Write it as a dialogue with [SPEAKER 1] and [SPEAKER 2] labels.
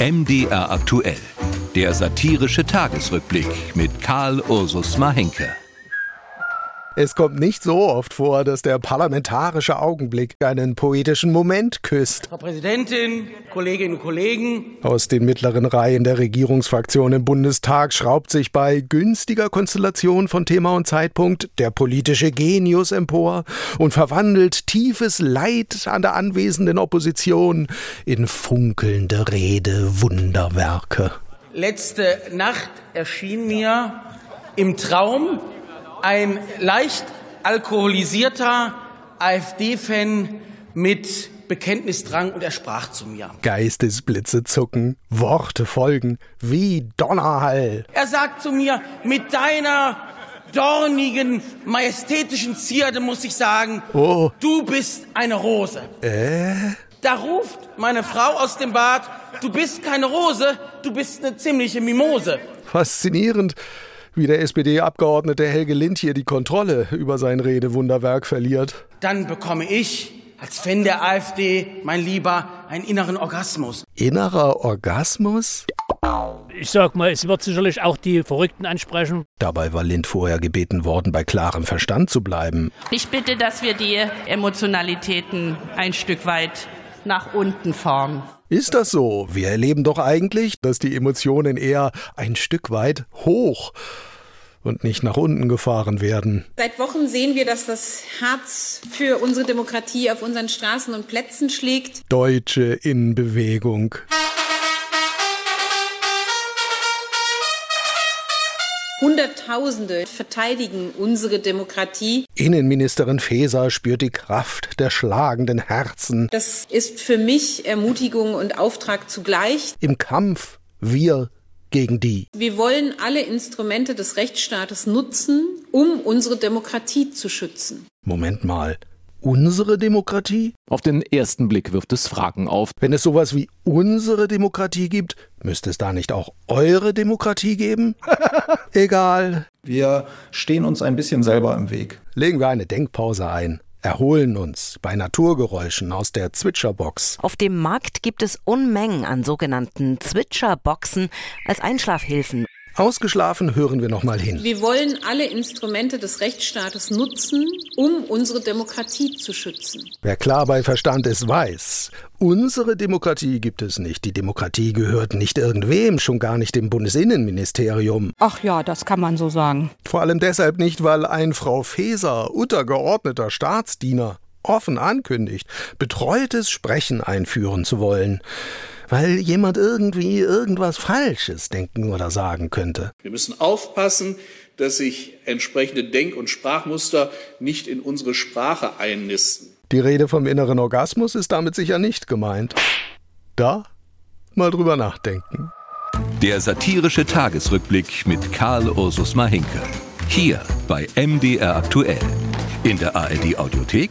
[SPEAKER 1] MDR aktuell. Der satirische Tagesrückblick mit Karl Ursus Mahenke.
[SPEAKER 2] Es kommt nicht so oft vor, dass der parlamentarische Augenblick einen poetischen Moment küsst.
[SPEAKER 3] Frau Präsidentin, Kolleginnen und Kollegen,
[SPEAKER 2] Aus den mittleren Reihen der Regierungsfraktion im Bundestag schraubt sich bei günstiger Konstellation von Thema und Zeitpunkt der politische Genius empor und verwandelt tiefes Leid an der anwesenden Opposition in funkelnde Rede Wunderwerke.
[SPEAKER 3] letzte Nacht erschien mir im Traum ein leicht alkoholisierter AfD-Fan mit Bekenntnisdrang und er sprach zu mir.
[SPEAKER 2] Geistesblitze zucken, Worte folgen, wie Donnerhall.
[SPEAKER 3] Er sagt zu mir, mit deiner dornigen, majestätischen Zierde muss ich sagen,
[SPEAKER 2] Oh.
[SPEAKER 3] du bist eine Rose.
[SPEAKER 2] Äh?
[SPEAKER 3] Da ruft meine Frau aus dem Bad, du bist keine Rose, du bist eine ziemliche Mimose.
[SPEAKER 2] Faszinierend, wie der SPD-Abgeordnete Helge Lind hier die Kontrolle über sein Redewunderwerk verliert.
[SPEAKER 3] dann bekomme ich als Fan der AfD, mein Lieber, einen inneren Orgasmus.
[SPEAKER 2] Innerer Orgasmus?
[SPEAKER 4] Ich sag mal, es wird sicherlich auch die Verrückten ansprechen.
[SPEAKER 2] Dabei war Lind vorher gebeten worden, bei klarem Verstand zu bleiben.
[SPEAKER 5] Ich bitte, dass wir die Emotionalitäten ein Stück weit nach unten fahren.
[SPEAKER 2] Ist das so? Wir erleben doch eigentlich, dass die Emotionen eher ein Stück weit hoch und nicht nach unten gefahren werden.
[SPEAKER 6] Seit Wochen sehen wir, dass das Herz für unsere Demokratie auf unseren Straßen und Plätzen schlägt.
[SPEAKER 2] Deutsche in Bewegung.
[SPEAKER 6] Hunderttausende verteidigen unsere Demokratie.
[SPEAKER 2] Innenministerin Faeser spürt die Kraft der schlagenden Herzen.
[SPEAKER 6] Das ist für mich Ermutigung und Auftrag zugleich.
[SPEAKER 2] Im Kampf wir gegen die.
[SPEAKER 6] Wir wollen alle Instrumente des Rechtsstaates nutzen, um unsere Demokratie zu schützen.
[SPEAKER 2] Moment mal, unsere Demokratie?
[SPEAKER 7] Auf den ersten Blick wirft es Fragen auf.
[SPEAKER 2] Wenn es sowas wie unsere Demokratie gibt, müsste es da nicht auch eure Demokratie geben? Egal.
[SPEAKER 8] Wir stehen uns ein bisschen selber im Weg.
[SPEAKER 2] Legen wir eine Denkpause ein. Erholen uns bei Naturgeräuschen aus der Zwitscherbox.
[SPEAKER 9] Auf dem Markt gibt es Unmengen an sogenannten Zwitscherboxen als Einschlafhilfen.
[SPEAKER 2] Ausgeschlafen hören wir nochmal hin.
[SPEAKER 6] Wir wollen alle Instrumente des Rechtsstaates nutzen, um unsere Demokratie zu schützen.
[SPEAKER 2] Wer klar bei Verstand ist, weiß, unsere Demokratie gibt es nicht. Die Demokratie gehört nicht irgendwem, schon gar nicht dem Bundesinnenministerium.
[SPEAKER 5] Ach ja, das kann man so sagen.
[SPEAKER 2] Vor allem deshalb nicht, weil ein Frau Feser, untergeordneter Staatsdiener, offen ankündigt, betreutes Sprechen einführen zu wollen. Weil jemand irgendwie irgendwas Falsches denken oder sagen könnte.
[SPEAKER 10] Wir müssen aufpassen, dass sich entsprechende Denk- und Sprachmuster nicht in unsere Sprache einnisten.
[SPEAKER 2] Die Rede vom inneren Orgasmus ist damit sicher nicht gemeint. Da mal drüber nachdenken.
[SPEAKER 1] Der satirische Tagesrückblick mit Karl Ursus Mahinke. Hier bei MDR aktuell. In der ARD Audiothek